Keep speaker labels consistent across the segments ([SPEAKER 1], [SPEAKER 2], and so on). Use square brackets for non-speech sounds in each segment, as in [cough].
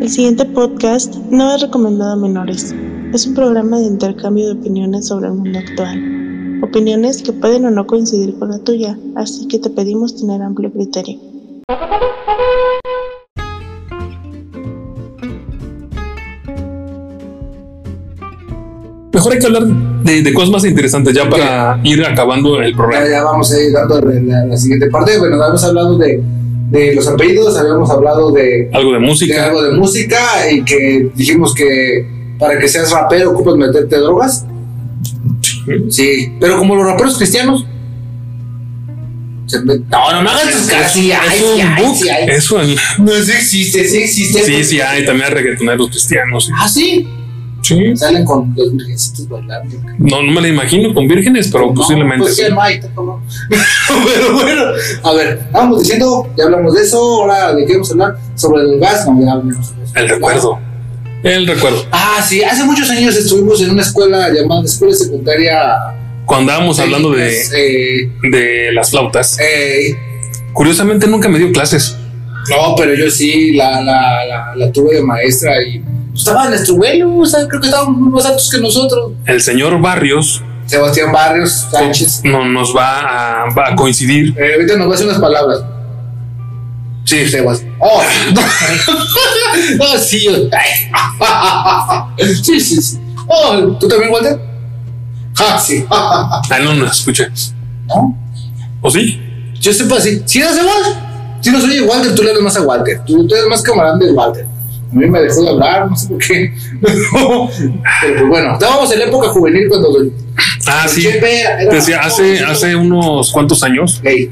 [SPEAKER 1] El siguiente podcast no es recomendado a menores. Es un programa de intercambio de opiniones sobre el mundo actual. Opiniones que pueden o no coincidir con la tuya, así que te pedimos tener amplio criterio.
[SPEAKER 2] Mejor hay que hablar de, de cosas más interesantes ya para ir acabando el
[SPEAKER 3] Ya,
[SPEAKER 2] programa.
[SPEAKER 3] ya vamos a ir dando la, la- la siguiente parte. Bueno, habíamos hablado de, de los apellidos, habíamos hablado de,
[SPEAKER 2] Algo de
[SPEAKER 3] de
[SPEAKER 2] música.
[SPEAKER 3] algo de música y que dijimos que para que seas rapero ocupas meterte drogas. Sí, pero como los raperos cristianos. se met- No, no me hagas tus caras. Sí, ay,
[SPEAKER 2] es
[SPEAKER 3] sí,
[SPEAKER 2] un
[SPEAKER 3] ay,
[SPEAKER 2] book,
[SPEAKER 3] sí, ay.
[SPEAKER 2] es un-
[SPEAKER 3] No, sí existe, sí existe.
[SPEAKER 2] Sí, sí, hay también hay reggaetoneros cristianos.
[SPEAKER 3] Ah, sí.
[SPEAKER 2] Sí.
[SPEAKER 3] Salen con los virgencitos bailando.
[SPEAKER 2] No, no me la imagino con vírgenes, pero
[SPEAKER 3] No,
[SPEAKER 2] posiblemente
[SPEAKER 3] pues,
[SPEAKER 2] sí.
[SPEAKER 3] ¿quién
[SPEAKER 2] [laughs]
[SPEAKER 3] más? Tampoco. Pero bueno, a ver, vamos diciendo, ya hablamos de eso, ahora de qué vamos a hablar sobre el gas, no, ya hablamos sobre eso.
[SPEAKER 2] El recuerdo. El recuerdo.
[SPEAKER 3] Ah, sí, hace muchos años estuvimos en una escuela llamada Escuela Secundaria.
[SPEAKER 2] Cuando estábamos hablando de,
[SPEAKER 3] Eh,
[SPEAKER 2] de las flautas,
[SPEAKER 3] eh,
[SPEAKER 2] curiosamente nunca me dio clases.
[SPEAKER 3] no, pero yo sí la, la, la, la tuve de maestra y pues, estaba nuestro vuelo, o sea, creo que estaban más altos que nosotros.
[SPEAKER 2] El señor Barrios
[SPEAKER 3] Sebastián Barrios Sánchez.
[SPEAKER 2] no, nos va a, va a coincidir.
[SPEAKER 3] Eh, ahorita nos va a hacer unas palabras.
[SPEAKER 2] Sí,
[SPEAKER 3] Sebas. Oh, [laughs] no, sí, yo. ay. [laughs] Sí, sí, sí. Oh, ¿tú también, Walter? Ah, sí. [laughs]
[SPEAKER 2] Ah, no, no escuché.
[SPEAKER 3] ¿No?
[SPEAKER 2] ¿O sí?
[SPEAKER 3] Yo sepa, sí. ¿Sí era Sebas? Si nos oye Walter, tú le eres más a Walter. Tú, tú eres más camarada de Walter. A mí me dejó de hablar, no sé por qué. [laughs] Pero pues, bueno, estábamos en la época juvenil cuando don
[SPEAKER 2] Ah, sí.
[SPEAKER 3] Chepe era-
[SPEAKER 2] Te Decía, hace, hace unos cuantos años
[SPEAKER 3] Ey,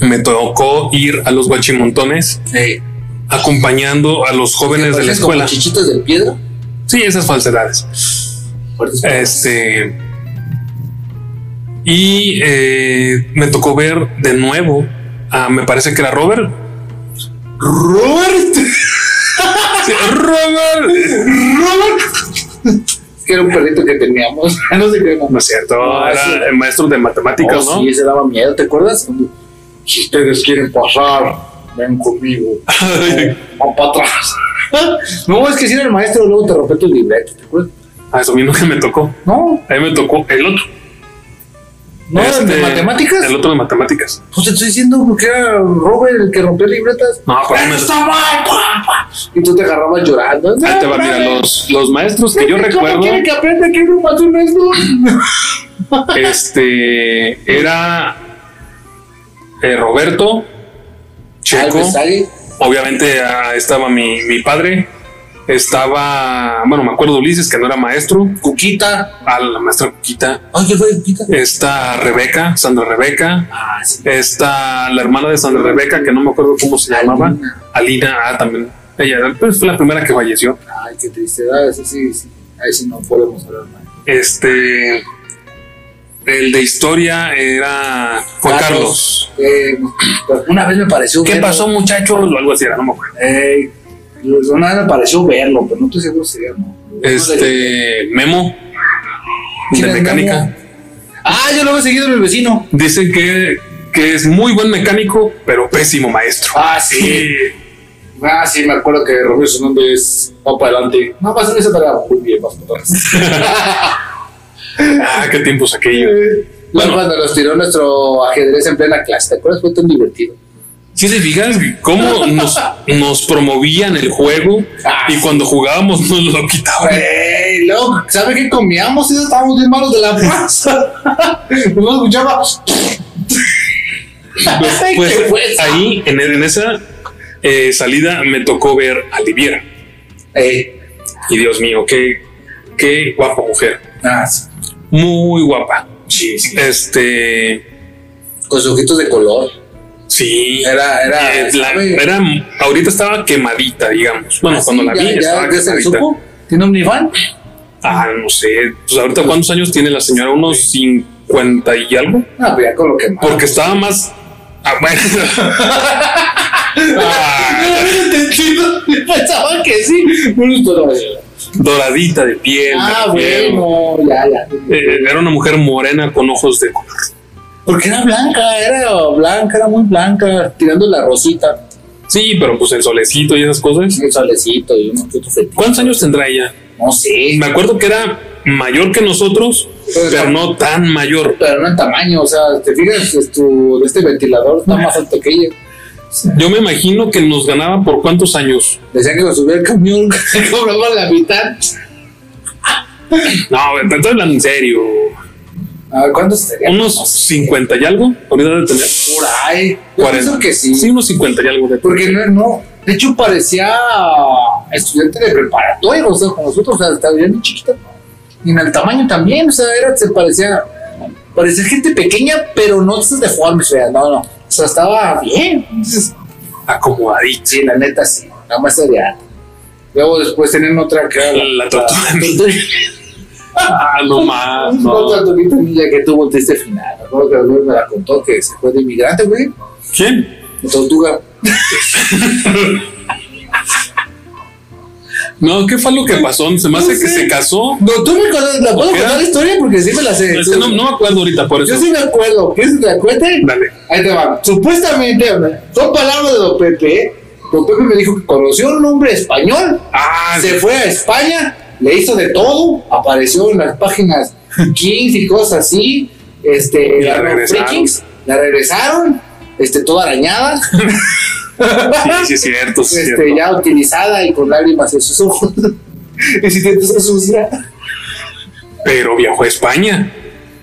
[SPEAKER 2] me tocó ir a los guachimontones
[SPEAKER 3] ey.
[SPEAKER 2] acompañando a los jóvenes de la
[SPEAKER 3] Parecían como
[SPEAKER 2] escuela.
[SPEAKER 3] Chichitos de piedra.
[SPEAKER 2] Sí, esas falsedades.
[SPEAKER 3] Fuertes.
[SPEAKER 2] Este. Y eh, me tocó ver de nuevo a, me parece que era Robert.
[SPEAKER 3] Robert.
[SPEAKER 2] Sí, Robert.
[SPEAKER 3] Que era un perrito que teníamos. [laughs] No sé qué nombre.
[SPEAKER 2] No es cierto,
[SPEAKER 3] No,
[SPEAKER 2] era
[SPEAKER 3] sí.
[SPEAKER 2] el maestro de matemáticas,
[SPEAKER 3] Oh,
[SPEAKER 2] ¿no?
[SPEAKER 3] Sí, ese daba miedo, ¿te acuerdas? Cuando, Si ustedes quieren pasar,
[SPEAKER 2] [laughs]
[SPEAKER 3] ven conmigo. Van para atrás. [laughs] no, es que si era el maestro, luego te rompe tu libreto, ¿te acuerdas?
[SPEAKER 2] [laughs] A eso mismo que me tocó.
[SPEAKER 3] No,
[SPEAKER 2] A mí me tocó el otro.
[SPEAKER 3] no, el de
[SPEAKER 2] Este,
[SPEAKER 3] matemáticas.
[SPEAKER 2] El otro de matemáticas.
[SPEAKER 3] Pues te estoy diciendo porque era Robert el que rompió libretas.
[SPEAKER 2] No, pero
[SPEAKER 3] ¡Eso
[SPEAKER 2] me-
[SPEAKER 3] está mal! pa, pa! Y tú te agarrabas llorando.
[SPEAKER 2] Ahí te va, mira,
[SPEAKER 3] Dale.
[SPEAKER 2] los, los maestros que yo
[SPEAKER 3] ¿Cómo
[SPEAKER 2] recuerdo,
[SPEAKER 3] quiere que aprenda que uno más uno
[SPEAKER 2] [laughs]
[SPEAKER 3] es dos?
[SPEAKER 2] este era eh, Roberto, Checo,
[SPEAKER 3] Alves Sague.
[SPEAKER 2] obviamente ah, estaba mi, mi padre, estaba, bueno, me acuerdo de Ulises, que no era maestro,
[SPEAKER 3] Cuquita.
[SPEAKER 2] a la maestra Cuquita,
[SPEAKER 3] Ay, ¿qué fue Cuquita?
[SPEAKER 2] Eh, está Rebeca, Sandra Rebeca,
[SPEAKER 3] Ah, sí.
[SPEAKER 2] está la hermana de Sandra Rebeca, que no me acuerdo cómo se llamaba, Alina, ah, también, ella era, pues, fue la primera que falleció,
[SPEAKER 3] Ay, qué tristeza. Eso sí, sí. Ahí sí no podemos hablar más.
[SPEAKER 2] este... El de historia era Juan Carlos.
[SPEAKER 3] Eh, una vez me pareció
[SPEAKER 2] ¿Qué
[SPEAKER 3] verlo.
[SPEAKER 2] pasó, muchachos? O algo así era, no me acuerdo.
[SPEAKER 3] Eh, una vez me pareció verlo, pero no estoy seguro si era, ¿no?
[SPEAKER 2] Este, Memo,
[SPEAKER 3] ¿Quién
[SPEAKER 2] de
[SPEAKER 3] era el
[SPEAKER 2] mecánica.
[SPEAKER 3] Memo? Ah, yo lo he seguido en el vecino.
[SPEAKER 2] Dicen que, que es muy buen mecánico, pero pésimo maestro.
[SPEAKER 3] Ah, sí. Ah, sí, me acuerdo que Roberto su nombre es Papá Adelante. No, pasó esa tarea muy bien, más
[SPEAKER 2] Ah, qué tiempos aquellos. Bueno.
[SPEAKER 3] Cuando nos tiró nuestro ajedrez en plena clase, ¿te acuerdas? Fue tan divertido.
[SPEAKER 2] Si te fijas cómo nos, nos promovían el juego
[SPEAKER 3] Ah,
[SPEAKER 2] y cuando jugábamos nos lo quitaban.
[SPEAKER 3] Ey, luego, ¿sabe qué comíamos? Eso estábamos bien malos de la panza. [laughs] Uno escuchaba.
[SPEAKER 2] Pues,
[SPEAKER 3] Ay,
[SPEAKER 2] pues,
[SPEAKER 3] qué hueso.
[SPEAKER 2] ahí, en, en esa eh, salida, me tocó ver a Liviera.
[SPEAKER 3] Ey,
[SPEAKER 2] Y Dios mío, qué, qué guapa mujer.
[SPEAKER 3] ah, sí.
[SPEAKER 2] Muy guapa.
[SPEAKER 3] Sí, sí.
[SPEAKER 2] Este.
[SPEAKER 3] Con sus ojitos de color.
[SPEAKER 2] Sí.
[SPEAKER 3] Era, era.
[SPEAKER 2] Eh, la-
[SPEAKER 3] ¿sabe?
[SPEAKER 2] era- ahorita estaba quemadita, digamos. Bueno,
[SPEAKER 3] Ah,
[SPEAKER 2] cuando
[SPEAKER 3] sí,
[SPEAKER 2] la vi,
[SPEAKER 3] ya,
[SPEAKER 2] estaba
[SPEAKER 3] ya, ya se le
[SPEAKER 2] quemadita.
[SPEAKER 3] supo. ¿Tiene OmniFan?
[SPEAKER 2] Ah, no sé. Pues ahorita, ¿cuántos años tiene la señora? ¿Unos 50 y algo?
[SPEAKER 3] Ah, pues ya con lo que más. [laughs]
[SPEAKER 2] Porque estaba más. Ah, bueno. Ah,
[SPEAKER 3] entendido. [laughs] Pensaba que sí. No lo estoy-
[SPEAKER 2] doradita de piel.
[SPEAKER 3] Ah,
[SPEAKER 2] me refiero.
[SPEAKER 3] bueno, ya, ya.
[SPEAKER 2] Eh, era una mujer morena con ojos de color.
[SPEAKER 3] Porque era blanca, era blanca, era muy blanca, tirando la rosita.
[SPEAKER 2] Sí, pero pues el solecito y esas cosas.
[SPEAKER 3] Un solecito y uno que otro fetiche.
[SPEAKER 2] ¿Cuántos años tendrá ella?
[SPEAKER 3] No sé.
[SPEAKER 2] Me acuerdo que era mayor que nosotros,
[SPEAKER 3] Pero-
[SPEAKER 2] pero no tan mayor.
[SPEAKER 3] Pero no en tamaño, o sea, te fijas, es tu- este ventilador está más alto que ella.
[SPEAKER 2] Yo me imagino que nos ganaba por cuántos años.
[SPEAKER 3] Decían que lo subía el camión, [laughs] que cobraba la mitad.
[SPEAKER 2] No, te estoy hablando en serio.
[SPEAKER 3] A ver, ¿cuántos serían?
[SPEAKER 2] Unos 50 y algo. Ahorita debe tener
[SPEAKER 3] Por ahí. Yo
[SPEAKER 2] 40.
[SPEAKER 3] pienso que sí.
[SPEAKER 2] Sí, unos 50 y algo. De
[SPEAKER 3] Porque no, no. De hecho, parecía estudiante de preparatoria, o sea, con nosotros, o sea, estaba bien chiquita. Y en el tamaño también, o sea, era, se parecía. Parecía gente pequeña, pero no esas deformes, o sea, no, no. O sea, estaba bien. Entonces,
[SPEAKER 2] acomodadito.
[SPEAKER 3] Sí, la neta, sí. La más de arte. Luego después tenían otra que era
[SPEAKER 2] La tortuga ninja. Ah, no más.
[SPEAKER 3] No, [laughs] la
[SPEAKER 2] No.
[SPEAKER 3] tortuguita ninja que tuvo el triste final. Me acuerdo que la güey me la contó que se fue de inmigrante, güey.
[SPEAKER 2] ¿Quién?
[SPEAKER 3] La tortuga.
[SPEAKER 2] No, ¿qué fue lo que pasó? Se me hace que se casó.
[SPEAKER 3] No, tú me conoces, la puedo
[SPEAKER 2] ¿Qué era?
[SPEAKER 3] contar la historia porque sí me la sé.
[SPEAKER 2] Es que no, no me acuerdo ahorita por eso.
[SPEAKER 3] Eh, Yo sí me acuerdo. ¿Quieres que te la cuente?
[SPEAKER 2] Dale.
[SPEAKER 3] Ahí te va. Supuestamente, son palabras de Don Pepe. Don Pepe me dijo que conoció a un hombre español.
[SPEAKER 2] Ah,
[SPEAKER 3] se
[SPEAKER 2] sí.
[SPEAKER 3] fue a España, le hizo de todo, apareció en las
[SPEAKER 2] [laughs]
[SPEAKER 3] páginas Kings y cosas así, este,
[SPEAKER 2] Y la
[SPEAKER 3] los
[SPEAKER 2] regresaron.
[SPEAKER 3] Freakings, la regresaron, este, toda
[SPEAKER 2] [laughs]
[SPEAKER 3] arañada,
[SPEAKER 2] Sí, sí, es cierto. sí, es
[SPEAKER 3] este,
[SPEAKER 2] cierto.
[SPEAKER 3] ya utilizada y con lágrimas en sus ojos, [laughs] y sintiendo esa sucia.
[SPEAKER 2] Pero viajó a España.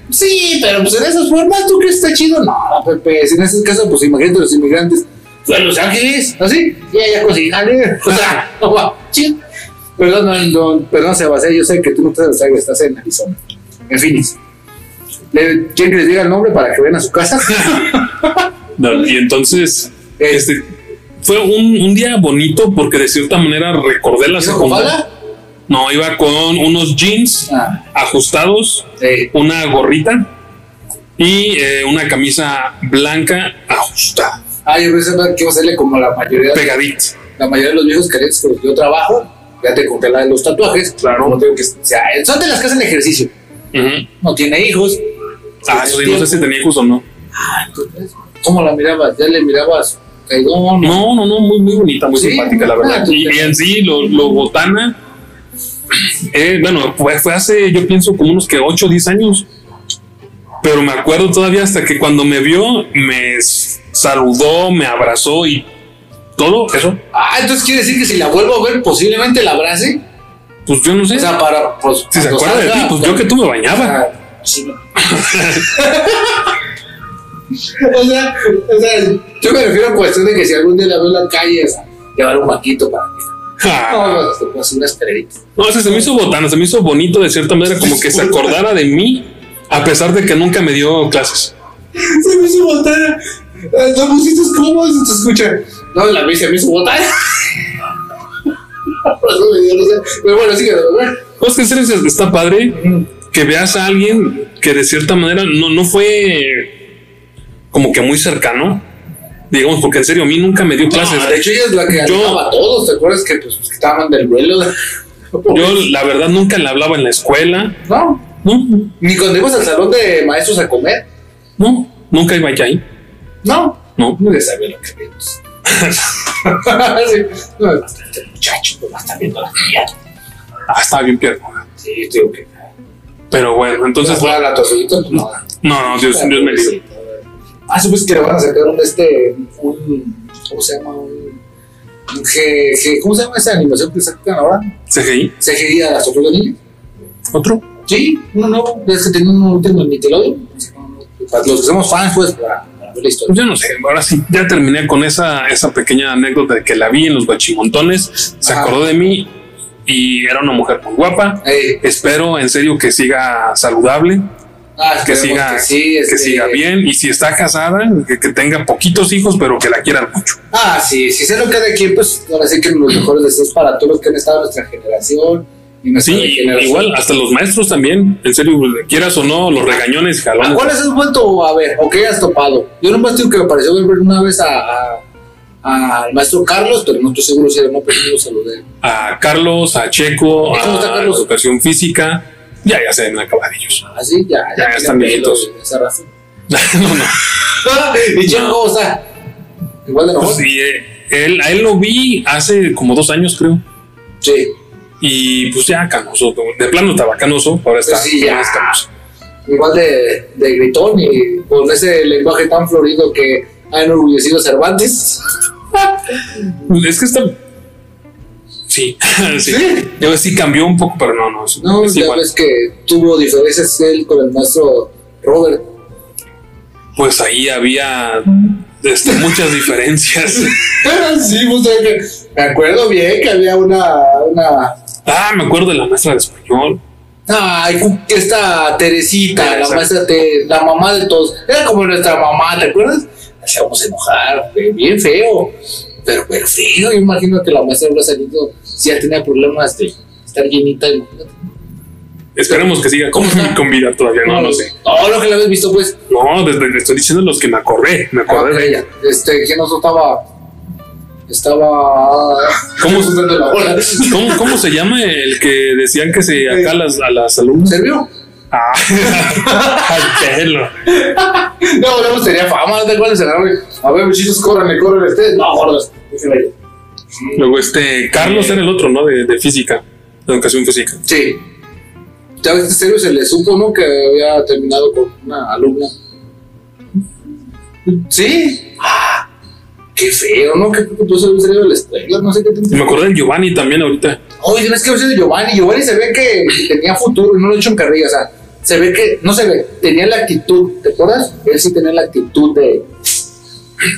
[SPEAKER 3] Sí, pero pues en esas formas, ¿tú crees que está chido? No, Pepe, si en esas casas, pues imagínate los inmigrantes. Fue a Los Ángeles, así, ya, ya conseguí jale. O sea, [laughs] no va, chido. Perdón, don, don, perdón, Sebastián, yo sé que tú no estás en Los Ángeles, estás en Arizona. En Phoenix. Le- ¿Quieren que les diga el nombre para que vayan a su [laughs] casa?
[SPEAKER 2] No, y entonces,
[SPEAKER 3] Eh.
[SPEAKER 2] este, fue un, un día bonito porque de cierta manera recordé la
[SPEAKER 3] ¿Eso con
[SPEAKER 2] secundaria.
[SPEAKER 3] bala?
[SPEAKER 2] No, iba con unos jeans
[SPEAKER 3] Ah,
[SPEAKER 2] ajustados,
[SPEAKER 3] eh,
[SPEAKER 2] una gorrita y eh, una camisa blanca ajustada,
[SPEAKER 3] ah, yo pensaba que iba a serle como la mayoría,
[SPEAKER 2] pegadita.
[SPEAKER 3] la mayoría de los viejos calientes con los que yo trabajo. Ya te conté la de los tatuajes.
[SPEAKER 2] Claro.
[SPEAKER 3] No tengo que, o sea, son de las que hacen ejercicio.
[SPEAKER 2] Ujú.
[SPEAKER 3] No tiene hijos. Este,
[SPEAKER 2] Ah, eso sí, no sé si tenía hijos o no.
[SPEAKER 3] ¿Cómo la mirabas? ¿Ya le mirabas caidón?
[SPEAKER 2] No, no, no, muy, muy bonita, muy
[SPEAKER 3] Sí,
[SPEAKER 2] simpática, la
[SPEAKER 3] ah,
[SPEAKER 2] verdad.
[SPEAKER 3] tú
[SPEAKER 2] Y,
[SPEAKER 3] te-
[SPEAKER 2] y en sí, lo, lo botana. eh, bueno, fue, fue hace, yo pienso, como unos que 8 o 10 años. Pero me acuerdo todavía hasta que cuando me vio, me s- saludó, me abrazó y todo eso.
[SPEAKER 3] Ah, entonces quiere decir que si la vuelvo a ver, posiblemente la abrace.
[SPEAKER 2] Pues yo no sé.
[SPEAKER 3] O sea, para. Pues,
[SPEAKER 2] si se
[SPEAKER 3] cuando
[SPEAKER 2] acuerda de ti,
[SPEAKER 3] salga,
[SPEAKER 2] pues yo que tú me bañaba.
[SPEAKER 3] Ah, sí, no. [laughs] o, sea, o sea, yo me refiero a cuestión de que si algún día la veo en la calle, o sea, llevar un banquito para que. No,
[SPEAKER 2] Ja.
[SPEAKER 3] no, no, pues unas pereritas.
[SPEAKER 2] No, o sea, se me hizo botana, se me hizo bonito de cierta manera, como
[SPEAKER 3] [laughs]
[SPEAKER 2] que se acordara de mí, a pesar de que nunca me dio clases.
[SPEAKER 3] Se me hizo botana. Eh, No pusiste cómodos y te escucha. No, la mesa me hizo botana. [laughs] Por eso me dio risa. Pero bueno, sí que
[SPEAKER 2] No, es Pues que en serio se- está padre que veas a alguien que de cierta manera no, no fue como que muy cercano, digamos, porque en serio a mí nunca me dio clases.
[SPEAKER 3] No, de hecho, ella es la que
[SPEAKER 2] Yo-
[SPEAKER 3] animaba a todos. ¿Te acuerdas que pues, que estaban del vuelo?
[SPEAKER 2] Yo
[SPEAKER 3] pues,
[SPEAKER 2] la verdad nunca le hablaba en la escuela,
[SPEAKER 3] No,
[SPEAKER 2] no,
[SPEAKER 3] ni cuando íbamos al salón de maestros a comer.
[SPEAKER 2] no, nunca iba allá ahí,
[SPEAKER 3] No,
[SPEAKER 2] no.
[SPEAKER 3] no le sabía lo que vimos. [laughs] sí. No, este muchacho, no está viendo la tía.
[SPEAKER 2] Ah, estaba bien pierna.
[SPEAKER 3] Sí, tío, que.
[SPEAKER 2] Pero bueno, entonces,
[SPEAKER 3] Entonces, fuera la torcellita, pues, no. pues
[SPEAKER 2] no, no, Dios, Dios me libre.
[SPEAKER 3] Ah, supiste que le van a sacar un este. Un, ¿Cómo se llama? Un, un G- G- ¿Cómo se llama esa animación que sacan ahora?
[SPEAKER 2] CGI,
[SPEAKER 3] ¿CGI a las tortugas ninja?
[SPEAKER 2] otro.
[SPEAKER 3] Sí, no, no, es que tenía un último en Nickelodeon. Para los que somos fans, pues, para, para ver la historia.
[SPEAKER 2] Pues yo no sé, ahora sí, ya terminé con esa, esa pequeña anécdota de que la vi en los guachimontones, se
[SPEAKER 3] Ajá.
[SPEAKER 2] acordó de mí y era una mujer muy guapa.
[SPEAKER 3] Eh,
[SPEAKER 2] Espero en serio que siga saludable,
[SPEAKER 3] ah,
[SPEAKER 2] que
[SPEAKER 3] esperemos
[SPEAKER 2] siga, que,
[SPEAKER 3] sí, este-
[SPEAKER 2] siga bien y si está casada, que, que tenga poquitos hijos, pero que la quieran mucho.
[SPEAKER 3] Ah, sí, si se lo queda aquí, pues ahora sí que los mejores deseos para todos los que han estado en nuestra generación y nuestra
[SPEAKER 2] Sí,
[SPEAKER 3] generación.
[SPEAKER 2] igual hasta los maestros también, en serio, quieras o no, los regañones,
[SPEAKER 3] ¿A
[SPEAKER 2] jalones.
[SPEAKER 3] cuáles has vuelto a ver o qué has topado? Yo nomás digo que me pareció ver una vez a, a- al maestro Carlos, pero no estoy seguro si era no, pero yo lo saludé.
[SPEAKER 2] A Carlos, a Checo,
[SPEAKER 3] ¿Y cómo está
[SPEAKER 2] a
[SPEAKER 3] Carlos?
[SPEAKER 2] educación física, ya, ya se deben acabar ellos. [laughs]
[SPEAKER 3] Así, Ah, ya,
[SPEAKER 2] Ya,
[SPEAKER 3] tiene
[SPEAKER 2] están
[SPEAKER 3] pelo
[SPEAKER 2] viejitos.
[SPEAKER 3] y Esa raza. [laughs]
[SPEAKER 2] no, no.
[SPEAKER 3] y Checo, o sea, igual de
[SPEAKER 2] Pues
[SPEAKER 3] nosotros.
[SPEAKER 2] sí, eh, él, a él lo vi hace como dos años, creo.
[SPEAKER 3] Sí.
[SPEAKER 2] Y pues ya canoso, de plano estaba canoso, ahora está
[SPEAKER 3] Pues sí,
[SPEAKER 2] ya
[SPEAKER 3] ya.
[SPEAKER 2] es canoso.
[SPEAKER 3] Igual de, de gritón y con ese lenguaje tan florido que ha enorgullecido Cervantes.
[SPEAKER 2] Pues, Es que está. Sí, [laughs] sí.
[SPEAKER 3] Sí.
[SPEAKER 2] Yo sí cambió un poco, pero no, no. Es,
[SPEAKER 3] No,
[SPEAKER 2] es
[SPEAKER 3] ya
[SPEAKER 2] igual.
[SPEAKER 3] ves que tuvo diferencias él con el maestro Robert. [laughs]
[SPEAKER 2] Pues ahí había este, muchas diferencias. [laughs]
[SPEAKER 3] sí, pues, de que- me acuerdo bien que había una, una
[SPEAKER 2] Ah, me acuerdo de la maestra de español.
[SPEAKER 3] Ay, cu- esta Teresita, la
[SPEAKER 2] Teresa.
[SPEAKER 3] maestra, Te- la mamá de todos. Era como nuestra mamá, ¿te acuerdas? La hacíamos enojar, güey, bien feo. Pero, pero feo, imagínate la maestra Rosalito, si ya tenía problemas de estar llenita, imagínate.
[SPEAKER 2] Esperemos que siga con, con vida todavía, no lo sé.
[SPEAKER 3] Todo lo que la habías visto, pues.
[SPEAKER 2] No, desde le estoy diciendo los que me acordé, me acordé de ella.
[SPEAKER 3] Este, que nosotros estaba. Estaba.
[SPEAKER 2] ¿Cómo?
[SPEAKER 3] soltando la bola?
[SPEAKER 2] ¿Cómo, cómo se llama el que decían que se acá a las, a las alumnas?
[SPEAKER 3] ¿Servió?
[SPEAKER 2] Ah, [laughs] al pelo.
[SPEAKER 3] No, luego sería fama, no te acuerdas, era, güey, A ver, muchachos, córranle, córranle ustedes. No, gordos, déjenla ahí.
[SPEAKER 2] Luego este, Carlos era el otro, ¿no? De, de física, de educación física.
[SPEAKER 3] Sí. Ya ves que serio se le supo, ¿no? Que había terminado con una alumna. Sí. Ah, qué feo, ¿no? Que tú se había salido de la escuela, no sé qué
[SPEAKER 2] Y
[SPEAKER 3] te...
[SPEAKER 2] me acordé del Giovanni también ahorita.
[SPEAKER 3] Oye, ¿ves que había de Giovanni? Giovanni se ve que tenía futuro y no lo he hecho en carrilla, o sea, se ve que, no se ve, tenía la actitud, ¿te acuerdas? Él sí tenía la actitud de...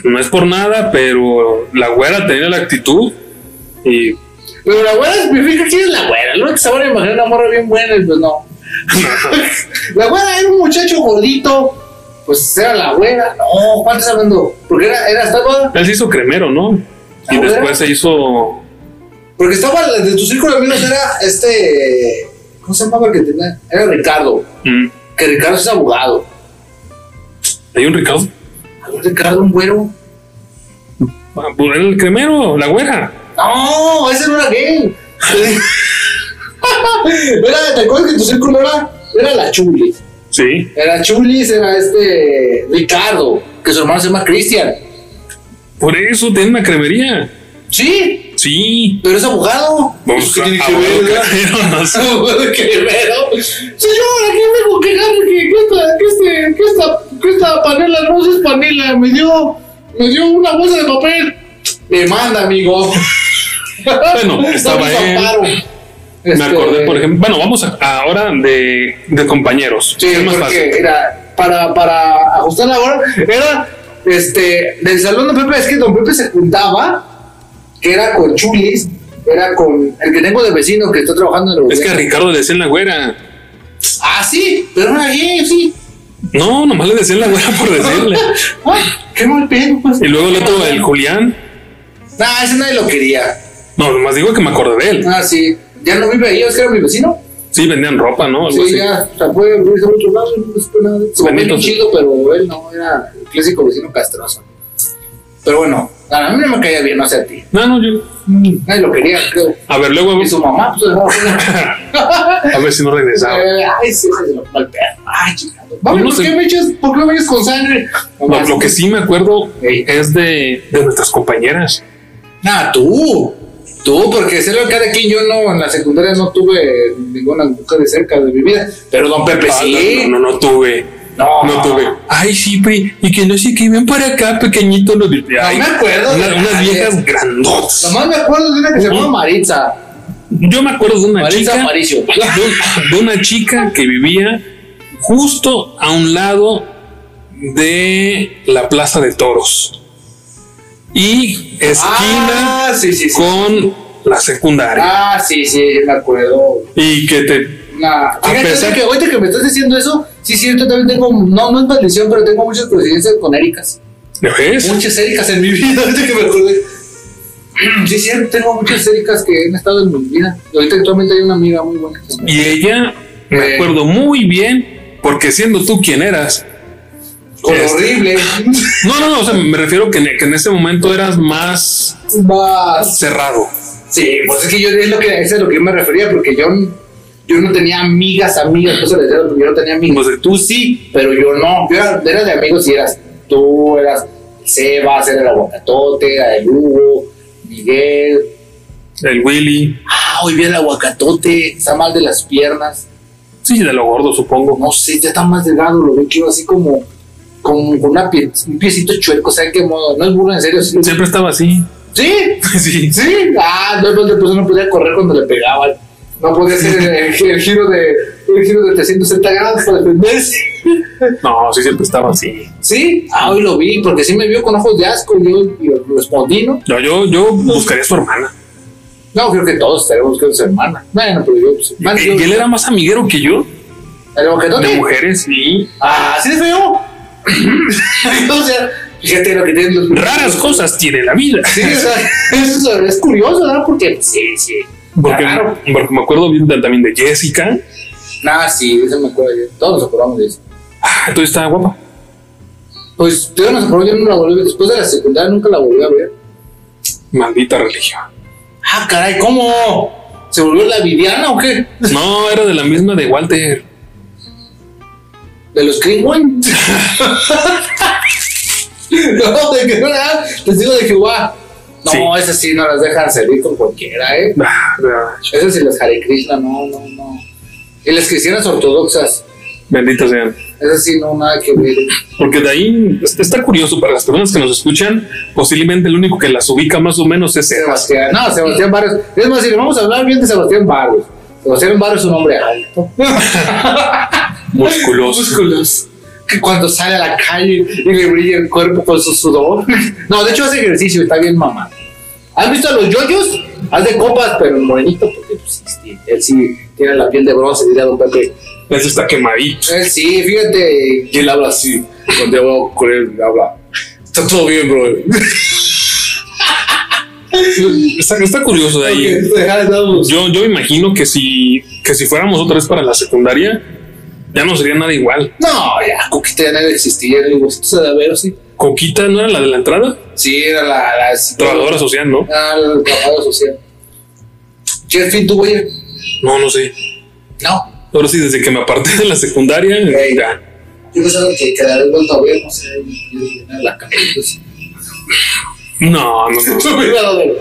[SPEAKER 2] No es por nada, pero la güera tenía la actitud y
[SPEAKER 3] Pero la güera, me fijo, ¿quién es la güera? Lo que se van a imaginar una morra bien buena, y pues no. La güera era un muchacho gordito. Pues era la güera. No, ¿cuál estás hablando? Porque era, era estaba.
[SPEAKER 2] él se hizo cremero, ¿no? Y
[SPEAKER 3] ¿La güera?
[SPEAKER 2] después se hizo
[SPEAKER 3] Porque estaba la de tu círculo de amigos era este. ¿Cómo se llamaba el que tenía? Era Ricardo.
[SPEAKER 2] mm,
[SPEAKER 3] Que Ricardo es abogado.
[SPEAKER 2] hay un Ricardo.
[SPEAKER 3] A ver, Ricardo, un güero.
[SPEAKER 2] Ah, pues Era el cremero, la güera.
[SPEAKER 3] No, ese no era gay. [laughs] era, ¿te acuerdas que tu círculo era? Era la Chulis.
[SPEAKER 2] Sí.
[SPEAKER 3] Era Chulis, era este. Ricardo. Que su hermano se llama Cristian.
[SPEAKER 2] Por eso tenía una cremería.
[SPEAKER 3] Sí,
[SPEAKER 2] Sí.
[SPEAKER 3] pero es abogado.
[SPEAKER 2] Vamos
[SPEAKER 3] ¿Qué
[SPEAKER 2] a-
[SPEAKER 3] tiene que
[SPEAKER 2] a-
[SPEAKER 3] ver, verdad?
[SPEAKER 2] [laughs] no sé.
[SPEAKER 3] Primero, señor, aquí vengo a quejarme que, que, esta, que, este- que esta, que esta panela no es panela, me dio, me dio una bolsa de papel. Demanda, amigo.
[SPEAKER 2] Bueno, estaba
[SPEAKER 3] Dame
[SPEAKER 2] él.
[SPEAKER 3] un amparo.
[SPEAKER 2] Me
[SPEAKER 3] Este,
[SPEAKER 2] acordé, por ejemplo. Bueno, vamos a- ahora de, de compañeros.
[SPEAKER 3] Sí,
[SPEAKER 2] es más
[SPEAKER 3] porque
[SPEAKER 2] fácil.
[SPEAKER 3] era para, para ajustar la hora, era este del salón de Pepe, es que Don Pepe se juntaba, que era con Chulis, era con el que tengo de vecino que está trabajando en el
[SPEAKER 2] Es que a
[SPEAKER 3] gobierno.
[SPEAKER 2] Ricardo le decían la güera.
[SPEAKER 3] Ah, sí, pero era gay, sí.
[SPEAKER 2] No, nomás le decían la güera por decirle.
[SPEAKER 3] [laughs] Ay, qué mal pedo, pues.
[SPEAKER 2] Y luego el otro, el Julián.
[SPEAKER 3] Nah, ese nadie lo quería.
[SPEAKER 2] No, nomás digo que me acordé de él.
[SPEAKER 3] Ah, sí. Ya no vive ahí, es que era mi vecino.
[SPEAKER 2] Sí, vendían ropa, ¿no? Algo
[SPEAKER 3] Sí,
[SPEAKER 2] así.
[SPEAKER 3] ya. O sea, fue fue a otro lado, no supe nada. Su mamá era
[SPEAKER 2] Benito.
[SPEAKER 3] un chido, pero él no, era el clásico vecino castroso. Pero bueno, a mí no me caía bien, no sé a ti.
[SPEAKER 2] No, no, yo. mm.
[SPEAKER 3] Nadie lo quería, creo.
[SPEAKER 2] A ver, luego.
[SPEAKER 3] Y su mamá, pues,
[SPEAKER 2] [laughs] A ver si no regresaba.
[SPEAKER 3] eh, ay, sí, se lo mal pedo. Ay, chingado. Mami,
[SPEAKER 2] No
[SPEAKER 3] ¿por
[SPEAKER 2] sé.
[SPEAKER 3] qué me echas, por qué me echas con sangre?
[SPEAKER 2] Lo, lo que sí me acuerdo eh,
[SPEAKER 3] Ey.
[SPEAKER 2] es de, de nuestras compañeras.
[SPEAKER 3] Ah, tú. Tú, porque sé lo que de quien yo no, en la secundaria no tuve ninguna mujer de cerca de mi vida. Pero don Pepe
[SPEAKER 2] Ah,
[SPEAKER 3] sí.
[SPEAKER 2] No, no, no tuve.
[SPEAKER 3] No.
[SPEAKER 2] No tuve. Ay, sí, pe, y que no sé qué, ven para acá, pequeñito. No,
[SPEAKER 3] me acuerdo.
[SPEAKER 2] una- unas
[SPEAKER 3] Ay,
[SPEAKER 2] viejas
[SPEAKER 3] es-
[SPEAKER 2] grandotas.
[SPEAKER 3] Nomás me acuerdo de una que se llamaba Maritza.
[SPEAKER 2] Yo me acuerdo de una
[SPEAKER 3] Maritza
[SPEAKER 2] chica. [laughs]
[SPEAKER 3] Aparicio.
[SPEAKER 2] de, un- de una chica que vivía justo a un lado de la Plaza de Toros. Y esquina
[SPEAKER 3] Ah, sí, sí, sí.
[SPEAKER 2] con la secundaria.
[SPEAKER 3] Ah, sí, sí, yo me acuerdo.
[SPEAKER 2] Y que te.
[SPEAKER 3] Una... Fíjate
[SPEAKER 2] pesar-
[SPEAKER 3] que ahorita que me estás diciendo eso, sí, sí, yo también tengo, no, no es maldición, pero tengo muchas coincidencias con Éricas.
[SPEAKER 2] ¿Lo ves?
[SPEAKER 3] Muchas Éricas en mi vida, [laughs] ahorita que me acordé. Sí, sí, tengo muchas Éricas que han estado en mi vida. Y ahorita actualmente hay una amiga muy buena. que se llama
[SPEAKER 2] Y ella, me
[SPEAKER 3] Eh.
[SPEAKER 2] acuerdo muy bien, porque siendo tú quien eras.
[SPEAKER 3] Con
[SPEAKER 2] Este- [laughs]
[SPEAKER 3] horrible.
[SPEAKER 2] No, no, no, o sea, me refiero que en, que en ese momento eras más
[SPEAKER 3] Más.
[SPEAKER 2] cerrado.
[SPEAKER 3] Sí, pues es que yo es lo que es a lo que yo me refería, porque yo, n- yo no tenía amigas, amigas, cosas de porque yo no tenía amigos.
[SPEAKER 2] Pues,
[SPEAKER 3] tú sí, pero yo no. Yo era, era de amigos y eras tú, eras se va a hacer el aguacatote, a el Hugo, Miguel.
[SPEAKER 2] El Willy.
[SPEAKER 3] Ah, hoy vi el aguacatote, está mal de las piernas.
[SPEAKER 2] Sí, de lo gordo, supongo.
[SPEAKER 3] No sé, ya está más delgado, lo vi que iba así como con, con una pie- un piecito chueco, ¿sabes qué modo? No es burro, en serio. Sí,
[SPEAKER 2] Siempre estaba así. [laughs]
[SPEAKER 3] sí,
[SPEAKER 2] sí.
[SPEAKER 3] sí. Ah, no, no, pues no podía correr cuando le pegaban. No podía hacer el, el- el giro de el giro de 360 grados para defenderse.
[SPEAKER 2] No, sí, siempre estaba así.
[SPEAKER 3] Sí, ah, hoy lo vi, porque sí me vio con ojos de asco y yo y lo- lo respondí, ¿no?
[SPEAKER 2] No, yo, yo buscaría a su hermana.
[SPEAKER 3] No, creo que todos tenemos que ser hermana. Bueno, pero yo, pues, hermana,
[SPEAKER 2] Y,
[SPEAKER 3] yo-
[SPEAKER 2] y él era más amiguero que yo,
[SPEAKER 3] ¿El boquetote?
[SPEAKER 2] de mujeres. Sí.
[SPEAKER 3] Ah, así de feo. [laughs] o sea, fíjate lo que tienen los
[SPEAKER 2] Raras cosas tiene la vida.
[SPEAKER 3] Sí, o sea, es, es curioso, ¿verdad? Porque pues, sí, sí.
[SPEAKER 2] Porque,
[SPEAKER 3] Claro.
[SPEAKER 2] porque me acuerdo bien de- también de Jessica.
[SPEAKER 3] Nah, sí, eso me acuerdo. yo. Todos nos acordamos de eso.
[SPEAKER 2] Ah, entonces estaba guapa.
[SPEAKER 3] Pues todos nos acordamos, yo no la volví a ver. Después de la secundaria nunca la volví a ver.
[SPEAKER 2] Maldita
[SPEAKER 3] [laughs]
[SPEAKER 2] religión.
[SPEAKER 3] Ah, caray, ¿cómo? ¿Se volvió la Viviana o qué?
[SPEAKER 2] No, era de la misma de Walter.
[SPEAKER 3] ¿De los Green [laughs] One? no, de que no la testigos de Jehová. No,
[SPEAKER 2] Sí.
[SPEAKER 3] esas sí no las dejan salir con cualquiera, ¿eh?
[SPEAKER 2] Ah, ah,
[SPEAKER 3] Esas y las Hare Krishna, no, no, no. Y las cristianas ortodoxas,
[SPEAKER 2] Bendito sean.
[SPEAKER 3] esas sí no, nada que ver.
[SPEAKER 2] Porque de ahí es- está curioso para las personas que nos escuchan, posiblemente el único que las ubica más o menos es Sebas.
[SPEAKER 3] Sebastián, no, Sebastián Barrios. Es más, si le vamos a hablar bien de Sebastián Barrios. Sebastián Barrios es un hombre alto.
[SPEAKER 2] Musculoso.
[SPEAKER 3] Músculos. Que cuando sale a la calle y le brilla el cuerpo con su sudor. [laughs] No, de hecho hace ejercicio, está bien mamá. ¿Has visto a los yoyos? Haz de copas, pero morenito, porque pues, sí, él sí tiene la piel de bronce, diría Don Pepe.
[SPEAKER 2] Ese está quemadito.
[SPEAKER 3] Eh, sí, fíjate. Y él habla así. Cuando yo hablo con él, habla. Está todo bien, bro.
[SPEAKER 2] Está, está curioso de ahí.
[SPEAKER 3] pues,
[SPEAKER 2] Yo, yo imagino que si, que si fuéramos otra vez para la secundaria, ya no sería nada igual.
[SPEAKER 3] No, ya, Coquita ya no existía. Le digo, ¿esto se debe ver sí?
[SPEAKER 2] Coquita no era la de la entrada,
[SPEAKER 3] Sí, era la. la
[SPEAKER 2] trabajadora social, ¿no?
[SPEAKER 3] Al trabajador social. ¿Qué fin tuvo ayer?
[SPEAKER 2] No, no sé.
[SPEAKER 3] No.
[SPEAKER 2] Ahora sí, desde que me aparté de la secundaria, ya.
[SPEAKER 3] Yo pensaba que quedaré vuelto a ver, no sé, yo llegué a la calle. [laughs] pues.
[SPEAKER 2] No, no, no.
[SPEAKER 3] [laughs] Tú me ibas a ver.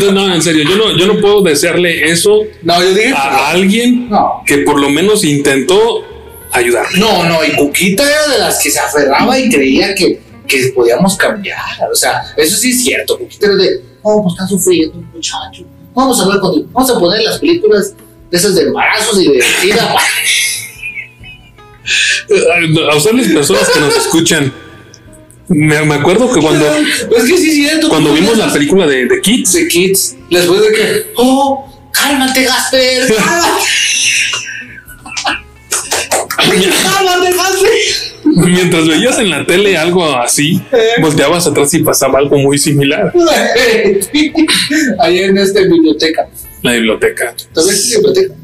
[SPEAKER 2] No, no, en serio, yo no, yo no puedo desearle eso
[SPEAKER 3] No, yo dije.
[SPEAKER 2] a alguien
[SPEAKER 3] No.
[SPEAKER 2] que por lo menos intentó ayudarme.
[SPEAKER 3] No, no, y Cuquita era de las que se aferraba y creía que, que podíamos cambiar. O sea, eso sí es cierto. Cuquita era de, oh, pues está sufriendo, muchacho. Vamos a hablar con él. Vamos a poner las películas de esas de embarazos y de vida.
[SPEAKER 2] Eh, A ustedes, las personas que nos escuchan, me, me acuerdo que cuando,
[SPEAKER 3] [laughs] es que sí es cierto.
[SPEAKER 2] cuando
[SPEAKER 3] Cuquita,
[SPEAKER 2] vimos la película de, de Kids,
[SPEAKER 3] de Kids, después de que, oh, cálmate, Gasper. Cálmate, Cálmate, Gasper. [laughs]
[SPEAKER 2] mientras veías en la tele algo así, volteabas atrás y pasaba algo muy similar.
[SPEAKER 3] Ahí en esta biblioteca.
[SPEAKER 2] La biblioteca.
[SPEAKER 3] ¿También es biblioteca?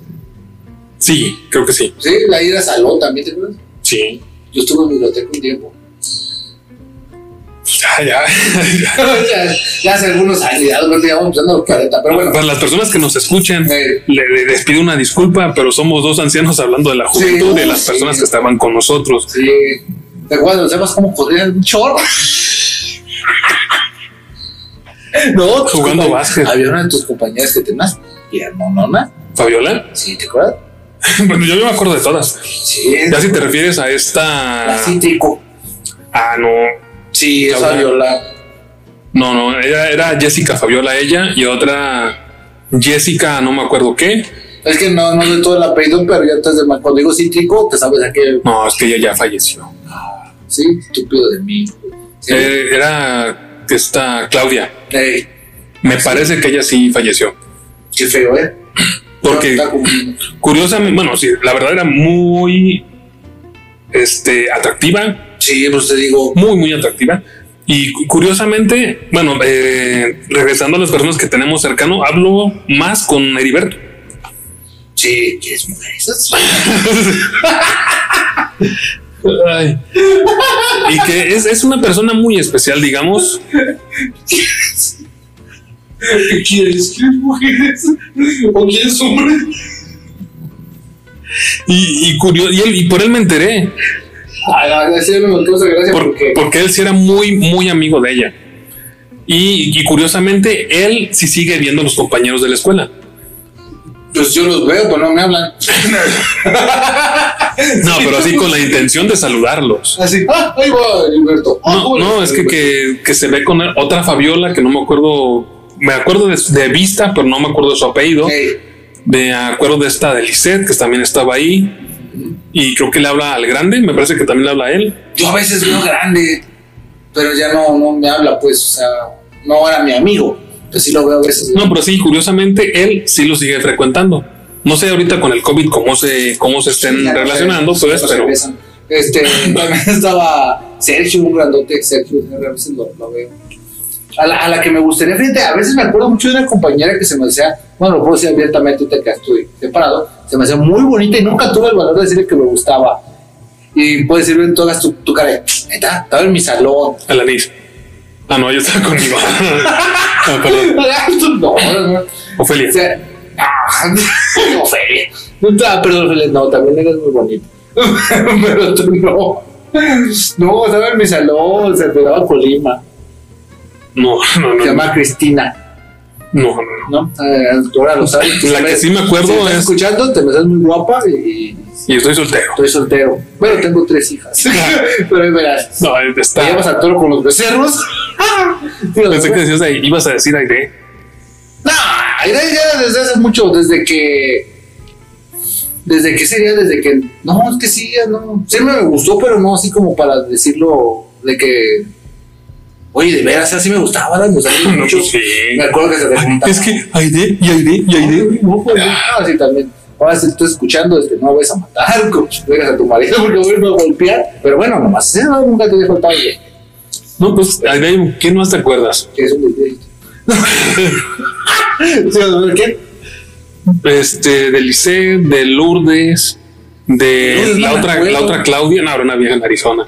[SPEAKER 2] Sí, creo que sí.
[SPEAKER 3] Sí, la ida salón también, ¿te acuerdas?
[SPEAKER 2] Sí.
[SPEAKER 3] Yo estuve en biblioteca un tiempo. [laughs]
[SPEAKER 2] Ya, ya, ya.
[SPEAKER 3] ya, ya hace algunos años, ya creo que ya vamos empezando a los 40, pero bueno.
[SPEAKER 2] Para las personas que nos escuchan,
[SPEAKER 3] Eh.
[SPEAKER 2] le, le- les pido una disculpa, pero somos dos ancianos hablando de la juventud
[SPEAKER 3] Sí,
[SPEAKER 2] de las
[SPEAKER 3] sí.
[SPEAKER 2] personas que estaban con nosotros.
[SPEAKER 3] Sí. ¿Te acuerdas? ¿Sabes cómo corría el chorro? [laughs] no, tus
[SPEAKER 2] Jugando
[SPEAKER 3] compañ-
[SPEAKER 2] básquet.
[SPEAKER 3] Había una de tus compañeras que tenías piernonona.
[SPEAKER 2] ¿Fabiola? [laughs]
[SPEAKER 3] Sí, ¿te acuerdas?
[SPEAKER 2] Bueno, yo, yo me acuerdo de todas.
[SPEAKER 3] Sí.
[SPEAKER 2] Ya si te refieres a
[SPEAKER 3] La
[SPEAKER 2] esta.
[SPEAKER 3] cítrico.
[SPEAKER 2] Ah, no.
[SPEAKER 3] Sí,
[SPEAKER 2] esa
[SPEAKER 3] esa viola.
[SPEAKER 2] No, no, era, era Jessica Fabiola ella y otra Jessica, no me acuerdo qué.
[SPEAKER 3] Es que no, no sé todo el apellido, pero ya te más. Cuando digo cítrico, te sabes aquel.
[SPEAKER 2] No, es que ella ya falleció.
[SPEAKER 3] Sí, estúpido de mí. Sí.
[SPEAKER 2] Eh, era esta Claudia.
[SPEAKER 3] Ey,
[SPEAKER 2] Me parece que ella sí falleció.
[SPEAKER 3] qué feo, ¿eh?
[SPEAKER 2] Porque
[SPEAKER 3] Está como-
[SPEAKER 2] curiosamente, bueno, sí, la verdad era muy este, atractiva,
[SPEAKER 3] Sí, pues te digo.
[SPEAKER 2] muy, muy atractiva. Y cu- curiosamente, bueno, eh, regresando a las personas que tenemos cercano, hablo más con Heriberto.
[SPEAKER 3] Sí, ¿quieres mujeres?
[SPEAKER 2] Ay. Y que es, es una persona muy especial, digamos.
[SPEAKER 3] ¿Qué quieres? ¿Quieres mujeres? ¿O quieres hombres?
[SPEAKER 2] Y, y, curio- y, él- y por él me enteré.
[SPEAKER 3] Agradecerle una cosa, gracias
[SPEAKER 2] Por-
[SPEAKER 3] porque.
[SPEAKER 2] porque él sí era muy, muy amigo de ella. Y, y curiosamente, él sí sigue viendo a los compañeros de la escuela.
[SPEAKER 3] Pues yo los veo, pero no me hablan.
[SPEAKER 2] [laughs] No, pero así con la intención de saludarlos.
[SPEAKER 3] Así, ah, ahí va Gilberto. Ah,
[SPEAKER 2] No,
[SPEAKER 3] hola,
[SPEAKER 2] no, es que,
[SPEAKER 3] Gilberto.
[SPEAKER 2] que, que se ve con otra Fabiola que no me acuerdo. Me acuerdo de, de vista, pero no me acuerdo de su apellido.
[SPEAKER 3] Sí.
[SPEAKER 2] Me acuerdo de esta de Lisette, que también estaba ahí. Y creo que le habla al grande, me parece que también le habla a él.
[SPEAKER 3] Yo a veces veo grande, pero ya no, no me habla, pues, o sea, no era mi amigo. Pues sí lo veo a veces.
[SPEAKER 2] No, pero sí, curiosamente, él sí lo sigue frecuentando. No sé ahorita con el COVID cómo se, cómo se estén
[SPEAKER 3] Ya no se-
[SPEAKER 2] relacionando,
[SPEAKER 3] no
[SPEAKER 2] pues,
[SPEAKER 3] se
[SPEAKER 2] pero
[SPEAKER 3] besan. Este, también estaba Sergio, un grandote, Sergio, a veces lo, lo veo. A la, a la que me gustaría, fíjate, a veces me acuerdo mucho de una compañera que se me hacía, bueno, lo puedo decir abiertamente, te que estoy separado, se me hacía muy bonita y nunca tuve el valor de decirle que me gustaba. Y puedes decirle en todas tu, tu cara, de, neta, estaba en mi salón.
[SPEAKER 2] Alanis. Ah, no, yo estaba conmigo.
[SPEAKER 3] [laughs]
[SPEAKER 2] Ah, perdón.
[SPEAKER 3] no, no, no.
[SPEAKER 2] Ofelia.
[SPEAKER 3] O sea,
[SPEAKER 2] [laughs]
[SPEAKER 3] ah, no, Feli. No, ah, perdón, Feli, no, también eres muy bonito. [laughs] pero tú no. No, estaba en mi salón, se pegaba Colima.
[SPEAKER 2] No, no,
[SPEAKER 3] Se
[SPEAKER 2] no.
[SPEAKER 3] llama Cristina,
[SPEAKER 2] No, no, no.
[SPEAKER 3] ¿no? Eh, ahora lo sabes. tú
[SPEAKER 2] Pues La que
[SPEAKER 3] sabes.
[SPEAKER 2] sí me acuerdo
[SPEAKER 3] Si estás
[SPEAKER 2] es-
[SPEAKER 3] escuchando, te me estás muy guapa y
[SPEAKER 2] Y estoy soltero.
[SPEAKER 3] estoy soltero. Bueno, tengo tres hijas. [laughs] pero ahí verás.
[SPEAKER 2] No,
[SPEAKER 3] Te llevas
[SPEAKER 2] está.
[SPEAKER 3] a toro con los becerros. [laughs] Digo,
[SPEAKER 2] Pensé que decías, ahí, ibas a decir aire.
[SPEAKER 3] No, ya, ya desde hace mucho, desde que. Desde que sería, desde que. No, es que sí, ya no. Siempre me gustó, pero no así como para decirlo de que. Oye, de veras, así me gustaba, ¿verdad? me gustaba
[SPEAKER 2] [laughs] No,
[SPEAKER 3] mucho.
[SPEAKER 2] pues sí.
[SPEAKER 3] Me acuerdo que se te preguntaba.
[SPEAKER 2] Es que aire, y aire, y aire.
[SPEAKER 3] No, pues, no, así también. Ahora si estoy escuchando, es que no vas a matar, [laughs] coche, dejas a tu marido porque vuelve a golpear. Pero bueno, nomás eso nunca te dejo el padre,
[SPEAKER 2] No, pues aire, ¿quién más te acuerdas?
[SPEAKER 3] que es un desdéito. [laughs] ¿Sí, no, ¿Qué?
[SPEAKER 2] Este, de Lice, de Lourdes, de
[SPEAKER 3] Lourdes,
[SPEAKER 2] la
[SPEAKER 3] me
[SPEAKER 2] otra,
[SPEAKER 3] acuerdo.
[SPEAKER 2] la otra Claudia, no, era una vieja en Arizona.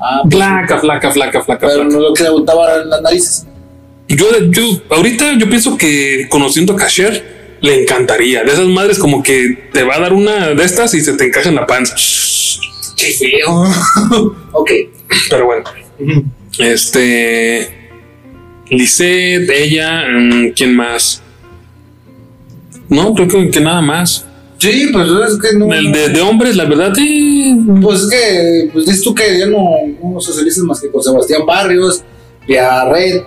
[SPEAKER 3] Ah, pues,
[SPEAKER 2] Flaca, flaca, flaca, flaca,
[SPEAKER 3] pero
[SPEAKER 2] flaca.
[SPEAKER 3] no lo que le gustaba eran las narices.
[SPEAKER 2] Yo, yo, ahorita yo pienso que conociendo a Casher le encantaría. De esas madres, como que te va a dar una de estas y se te encaja en la panza.
[SPEAKER 3] Qué [laughs] feo. ok.
[SPEAKER 2] Pero bueno, este. Lisette, ella, mm, ¿quién más? No, creo que, que nada más.
[SPEAKER 3] Sí, pues es que no.
[SPEAKER 2] El de, de hombres, la verdad, eh,
[SPEAKER 3] Pues es que, pues dices tú que ya no, no socializas más que con Sebastián Barrios, Villarreal,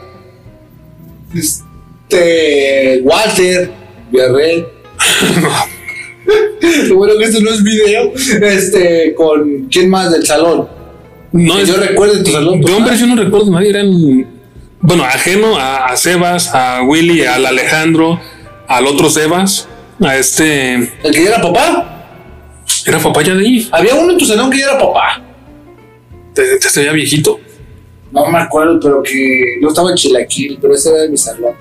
[SPEAKER 3] este, Walter,
[SPEAKER 2] [laughs]
[SPEAKER 3] Villarreal. Lo bueno que esto no es video. Este, con quién más del salón.
[SPEAKER 2] no
[SPEAKER 3] Que
[SPEAKER 2] es-
[SPEAKER 3] yo recuerde tu salón.
[SPEAKER 2] De
[SPEAKER 3] pues,
[SPEAKER 2] hombres, yo no recuerdo nadie. Eran, bueno, ajeno a, a Sebas, a Willy, al Alejandro, al otro Sebas, a este.
[SPEAKER 3] ¿El que ya era papá?
[SPEAKER 2] Era papá ya de ahí.
[SPEAKER 3] Había uno en tu salón que ya era papá.
[SPEAKER 2] Te, te veía viejito.
[SPEAKER 3] No me acuerdo, pero que no estaba en Chilaquil, pero ese era de mi salón.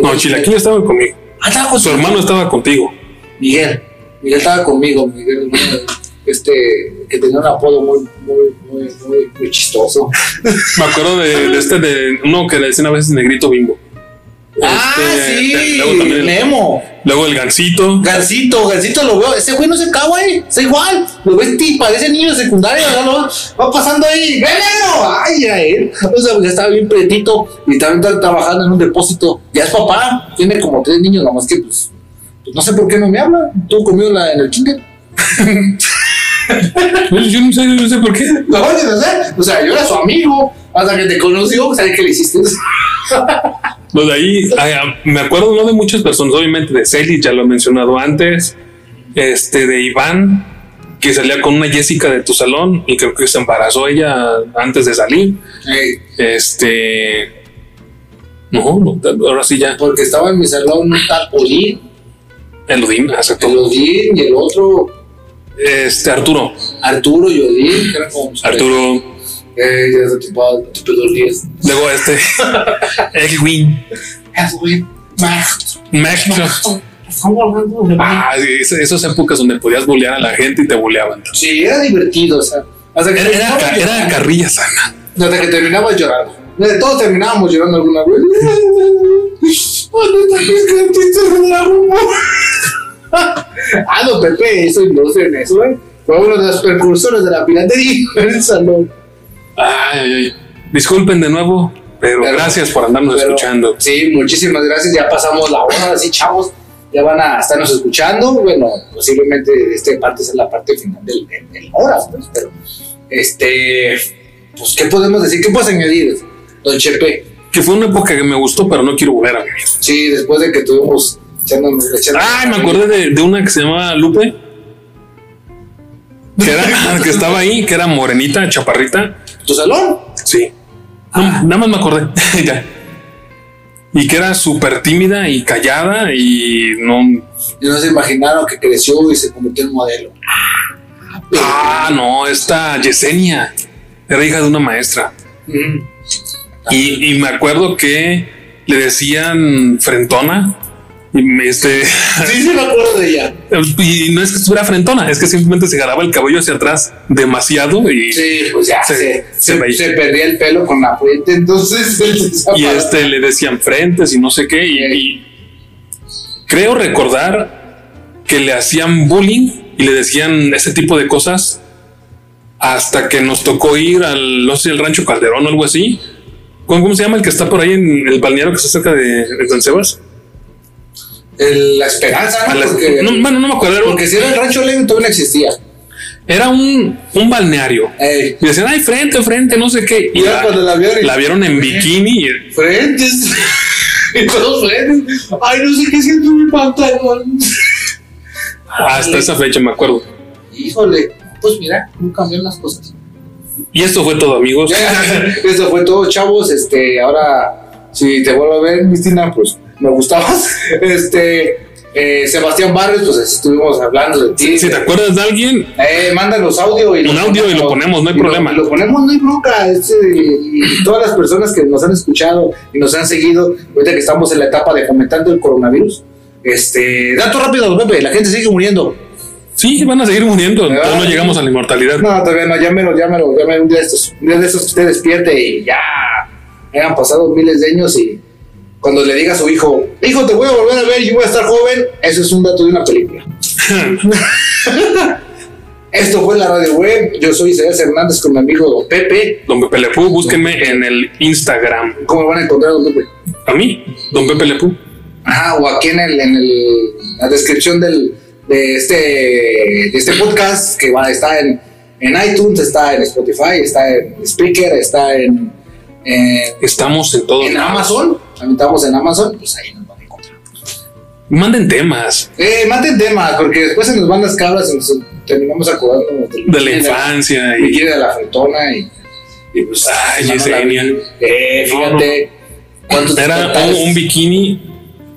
[SPEAKER 2] No, Chilaquil estaba conmigo.
[SPEAKER 3] Ah, estaba con
[SPEAKER 2] Su hermano estaba contigo.
[SPEAKER 3] Miguel. Miguel estaba conmigo, Miguel, bueno, este, que tenía un apodo muy, muy, muy, muy, muy chistoso.
[SPEAKER 2] Me acuerdo de, de este, de uno que le decían a veces negrito bimbo. Este, de- luego también el-
[SPEAKER 3] Nemo.
[SPEAKER 2] Luego el gancito.
[SPEAKER 3] Gancito, Gancito lo veo. Ese güey no se acaba, eh. Es igual. Lo ves ti, parece niño de secundaria. ¿verdad? Lo va, va pasando ahí. ¡Veneno! ¡Ay, a él! O sea, pues, ya estaba bien pretito. Y también está trabajando en un depósito. Ya es papá. Tiene como tres niños, nomás que pues. pues, no sé por qué no me habla. Tú comido la, en el kinder.
[SPEAKER 2] Yo, pues, yo no sé, yo no sé por qué.
[SPEAKER 3] No, yo no sé. O sea, yo era su amigo. Hasta que te conoció, ¿sabes qué le hiciste?
[SPEAKER 2] Los de ahí, ay, ah, me acuerdo no de muchas personas, obviamente de Celis, ya lo he mencionado antes. Este, de Iván, que salía con una Jessica de tu salón y creo que se embarazó ella antes de salir.
[SPEAKER 3] Ey,
[SPEAKER 2] Este. No, no, ahora sí ya.
[SPEAKER 3] porque estaba en mi salón un tal Olín,
[SPEAKER 2] El Odín, exacto.
[SPEAKER 3] el Odín y el otro
[SPEAKER 2] Este, Arturo.
[SPEAKER 3] Arturo y Odín, que eran como mis
[SPEAKER 2] Arturo.
[SPEAKER 3] amigos. Ey, ya se topaba, te pedo el 10.
[SPEAKER 2] Luego este. [laughs] Edwin. Maestro. Ah, es- esas épocas donde podías bolear a la gente y te boleaban.
[SPEAKER 3] Sí, era divertido, o sea. Hasta que,
[SPEAKER 2] Era, era,
[SPEAKER 3] terminaba
[SPEAKER 2] ca- era
[SPEAKER 3] llorando.
[SPEAKER 2] carrilla sana.
[SPEAKER 3] hasta que terminaba llorando. Eh, Todos terminábamos llorando alguna vez. [laughs] Oh, no, también que [laughs] Ah, el chiste se derramó. ah, no, Pepe, eso no sé en eso, ¿eh? Fue uno de los precursores de la piratería [laughs] en el salón.
[SPEAKER 2] Ay, ay, ay. Disculpen de nuevo, pero,
[SPEAKER 3] Pero-
[SPEAKER 2] gracias por andarnos
[SPEAKER 3] Pero,
[SPEAKER 2] escuchando.
[SPEAKER 3] Sí, muchísimas gracias. Ya pasamos la hora, así chavos. Ya van a estarnos escuchando. Bueno, posiblemente este parte es la parte final del, del, del hora, pues, pero este, pues, ¿qué podemos decir? ¿Qué puedes añadir, don Chepe?
[SPEAKER 2] Que fue una época que me gustó, pero no quiero volver a vivir.
[SPEAKER 3] Sí, después de que tuvimos echándonos echándonos-
[SPEAKER 2] Ay, me acordé de, de una que se llamaba Lupe. Que,
[SPEAKER 3] [laughs]
[SPEAKER 2] era- que estaba ahí, que era morenita, chaparrita.
[SPEAKER 3] ¿Tu salón?
[SPEAKER 2] Sí. No, nada más me acordé. [laughs] ya. Y que era súper tímida y callada y no.
[SPEAKER 3] Y no se imaginaron que creció y se convirtió en modelo.
[SPEAKER 2] Ah, no, esta Yesenia era hija de una maestra.
[SPEAKER 3] Mm.
[SPEAKER 2] Y, y me acuerdo que le decían frentona. Y me- este, [laughs]
[SPEAKER 3] Sí, sí, me acuerdo de ella.
[SPEAKER 2] y no es que estuviera frentona, es que simplemente se jalaba el cabello hacia atrás demasiado y,
[SPEAKER 3] Sí, pues ya
[SPEAKER 2] Se-
[SPEAKER 3] se,
[SPEAKER 2] se
[SPEAKER 3] se-
[SPEAKER 2] veía.
[SPEAKER 3] se perdía el pelo con la fuente, entonces [laughs] él se
[SPEAKER 2] y
[SPEAKER 3] desapareció.
[SPEAKER 2] este le decían frentes y no sé qué. Y, y creo recordar que le hacían bullying y le decían ese tipo de cosas hasta que nos tocó ir al, no sé, el rancho Calderón o algo así. ¿Cómo, cómo se llama el que está por ahí en el balneario que está cerca de, de San Sebas?
[SPEAKER 3] El- eh, la esperanza,
[SPEAKER 2] A
[SPEAKER 3] ¿no?
[SPEAKER 2] la-
[SPEAKER 3] Porque,
[SPEAKER 2] no, bueno, no me acuerdo. era un-
[SPEAKER 3] Ah, porque si era el rancho Lego todavía no existía.
[SPEAKER 2] Era un, un balneario.
[SPEAKER 3] Ey,
[SPEAKER 2] Y decían, ay, frente, frente, no sé qué. Y
[SPEAKER 3] Ya
[SPEAKER 2] la,
[SPEAKER 3] cuando la vieron y-
[SPEAKER 2] la vieron en bikini. y-
[SPEAKER 3] frentes. [laughs] y todos frentes. Ay, no sé qué siento en mi pantalón.
[SPEAKER 2] hasta esa fecha me acuerdo.
[SPEAKER 3] Híjole, pues mira, no cambiaron las cosas.
[SPEAKER 2] Y esto fue todo, amigos.
[SPEAKER 3] [laughs] Eso fue todo, chavos. Este, ahora, si te vuelvo a ver, Cristina, pues me gustabas. [laughs] Este, eh, Sebastián Barrios, pues así estuvimos hablando de ti.
[SPEAKER 2] si te acuerdas de alguien,
[SPEAKER 3] Eh, mándanos audio y
[SPEAKER 2] Un audio y lo ponemos, no hay
[SPEAKER 3] y lo-
[SPEAKER 2] problema.
[SPEAKER 3] Lo, ponemos, no hay bronca. este, y todas las personas que nos han escuchado y nos han seguido, ahorita que estamos en la etapa de comentando el coronavirus, este, dato rápido, Pepe, la gente sigue muriendo.
[SPEAKER 2] Sí, van a seguir muriendo.
[SPEAKER 3] Ah.
[SPEAKER 2] Todavía no llegamos a la inmortalidad.
[SPEAKER 3] No, todavía no, llámelo, llámelo, llámelo un día de estos, un día de estos que usted despierte y ya hayan pasado miles de años y cuando le diga a su hijo, hijo, te voy a volver a ver y voy a estar joven, eso es un dato de una película. Esto fue la radio web, yo soy Isaías Hernández con mi amigo Don Pepe.
[SPEAKER 2] [laughs] Don Pepe Lepú, búsquenme en el Instagram.
[SPEAKER 3] ¿Cómo van a encontrar Don Pepe?
[SPEAKER 2] A mí, Don Pepe Lepú.
[SPEAKER 3] Ajá, o aquí en, el, en el- la descripción del, de, este, de este podcast, que va, está en, en iTunes, está en Spotify, está en Speaker, está en, en,
[SPEAKER 2] Estamos en todo.
[SPEAKER 3] en Amazon. También estamos en Amazon, pues ahí nos van a encontrar.
[SPEAKER 2] Manden temas
[SPEAKER 3] Eh, maten temas, porque después se nos van las cabras y nos terminamos acordando del-
[SPEAKER 2] de la infancia
[SPEAKER 3] Y
[SPEAKER 2] y
[SPEAKER 3] quiere de la frontona y, y pues,
[SPEAKER 2] Ay,
[SPEAKER 3] no, no la
[SPEAKER 2] Yesenia.
[SPEAKER 3] vi. Eh, fíjate. ¿Cuántos
[SPEAKER 2] era un,
[SPEAKER 3] despertares?
[SPEAKER 2] un bikini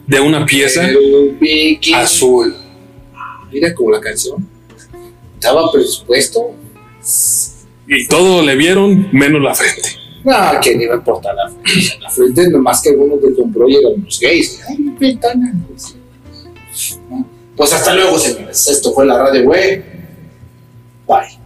[SPEAKER 2] de una pieza
[SPEAKER 3] Era un bikini.
[SPEAKER 2] azul.
[SPEAKER 3] Mira como la canción. Daba presupuesto.
[SPEAKER 2] Y todo le vieron menos la frente.
[SPEAKER 3] No, que ni va a importar la frente. La frente nomás que uno que compró y eran los gays. Ay, mi ventana. Pues hasta luego, señores. Esto fue la radio web. Bye.